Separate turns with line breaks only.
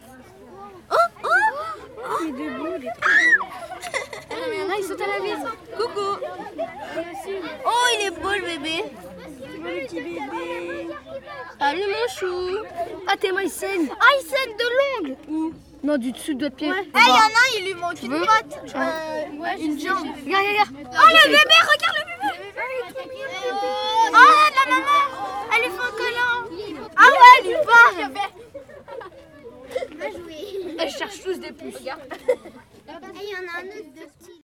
Oh,
il est debout, il est trop beau. Ah non, mais il y en a, ils sautent à la vis. Coucou
Oh, il est beau le bébé.
C'est beau, le petit bébé.
Salut mon chou.
Ah, tes mains, ils saignent.
Ah, il saigne de l'ongle.
Où Non, du dessous de votre pied.
Ah, il y en a, il lui manque une
veux
patte. Euh, une jambe.
Regarde, regarde, regarde.
Oh, le bébé, regarde le bébé. Euh, Oh, la maman. Elle lui fait un câlin. Ah ouais, elle lui parle.
Elles cherchent tous des puces.
Et il y en a un autre de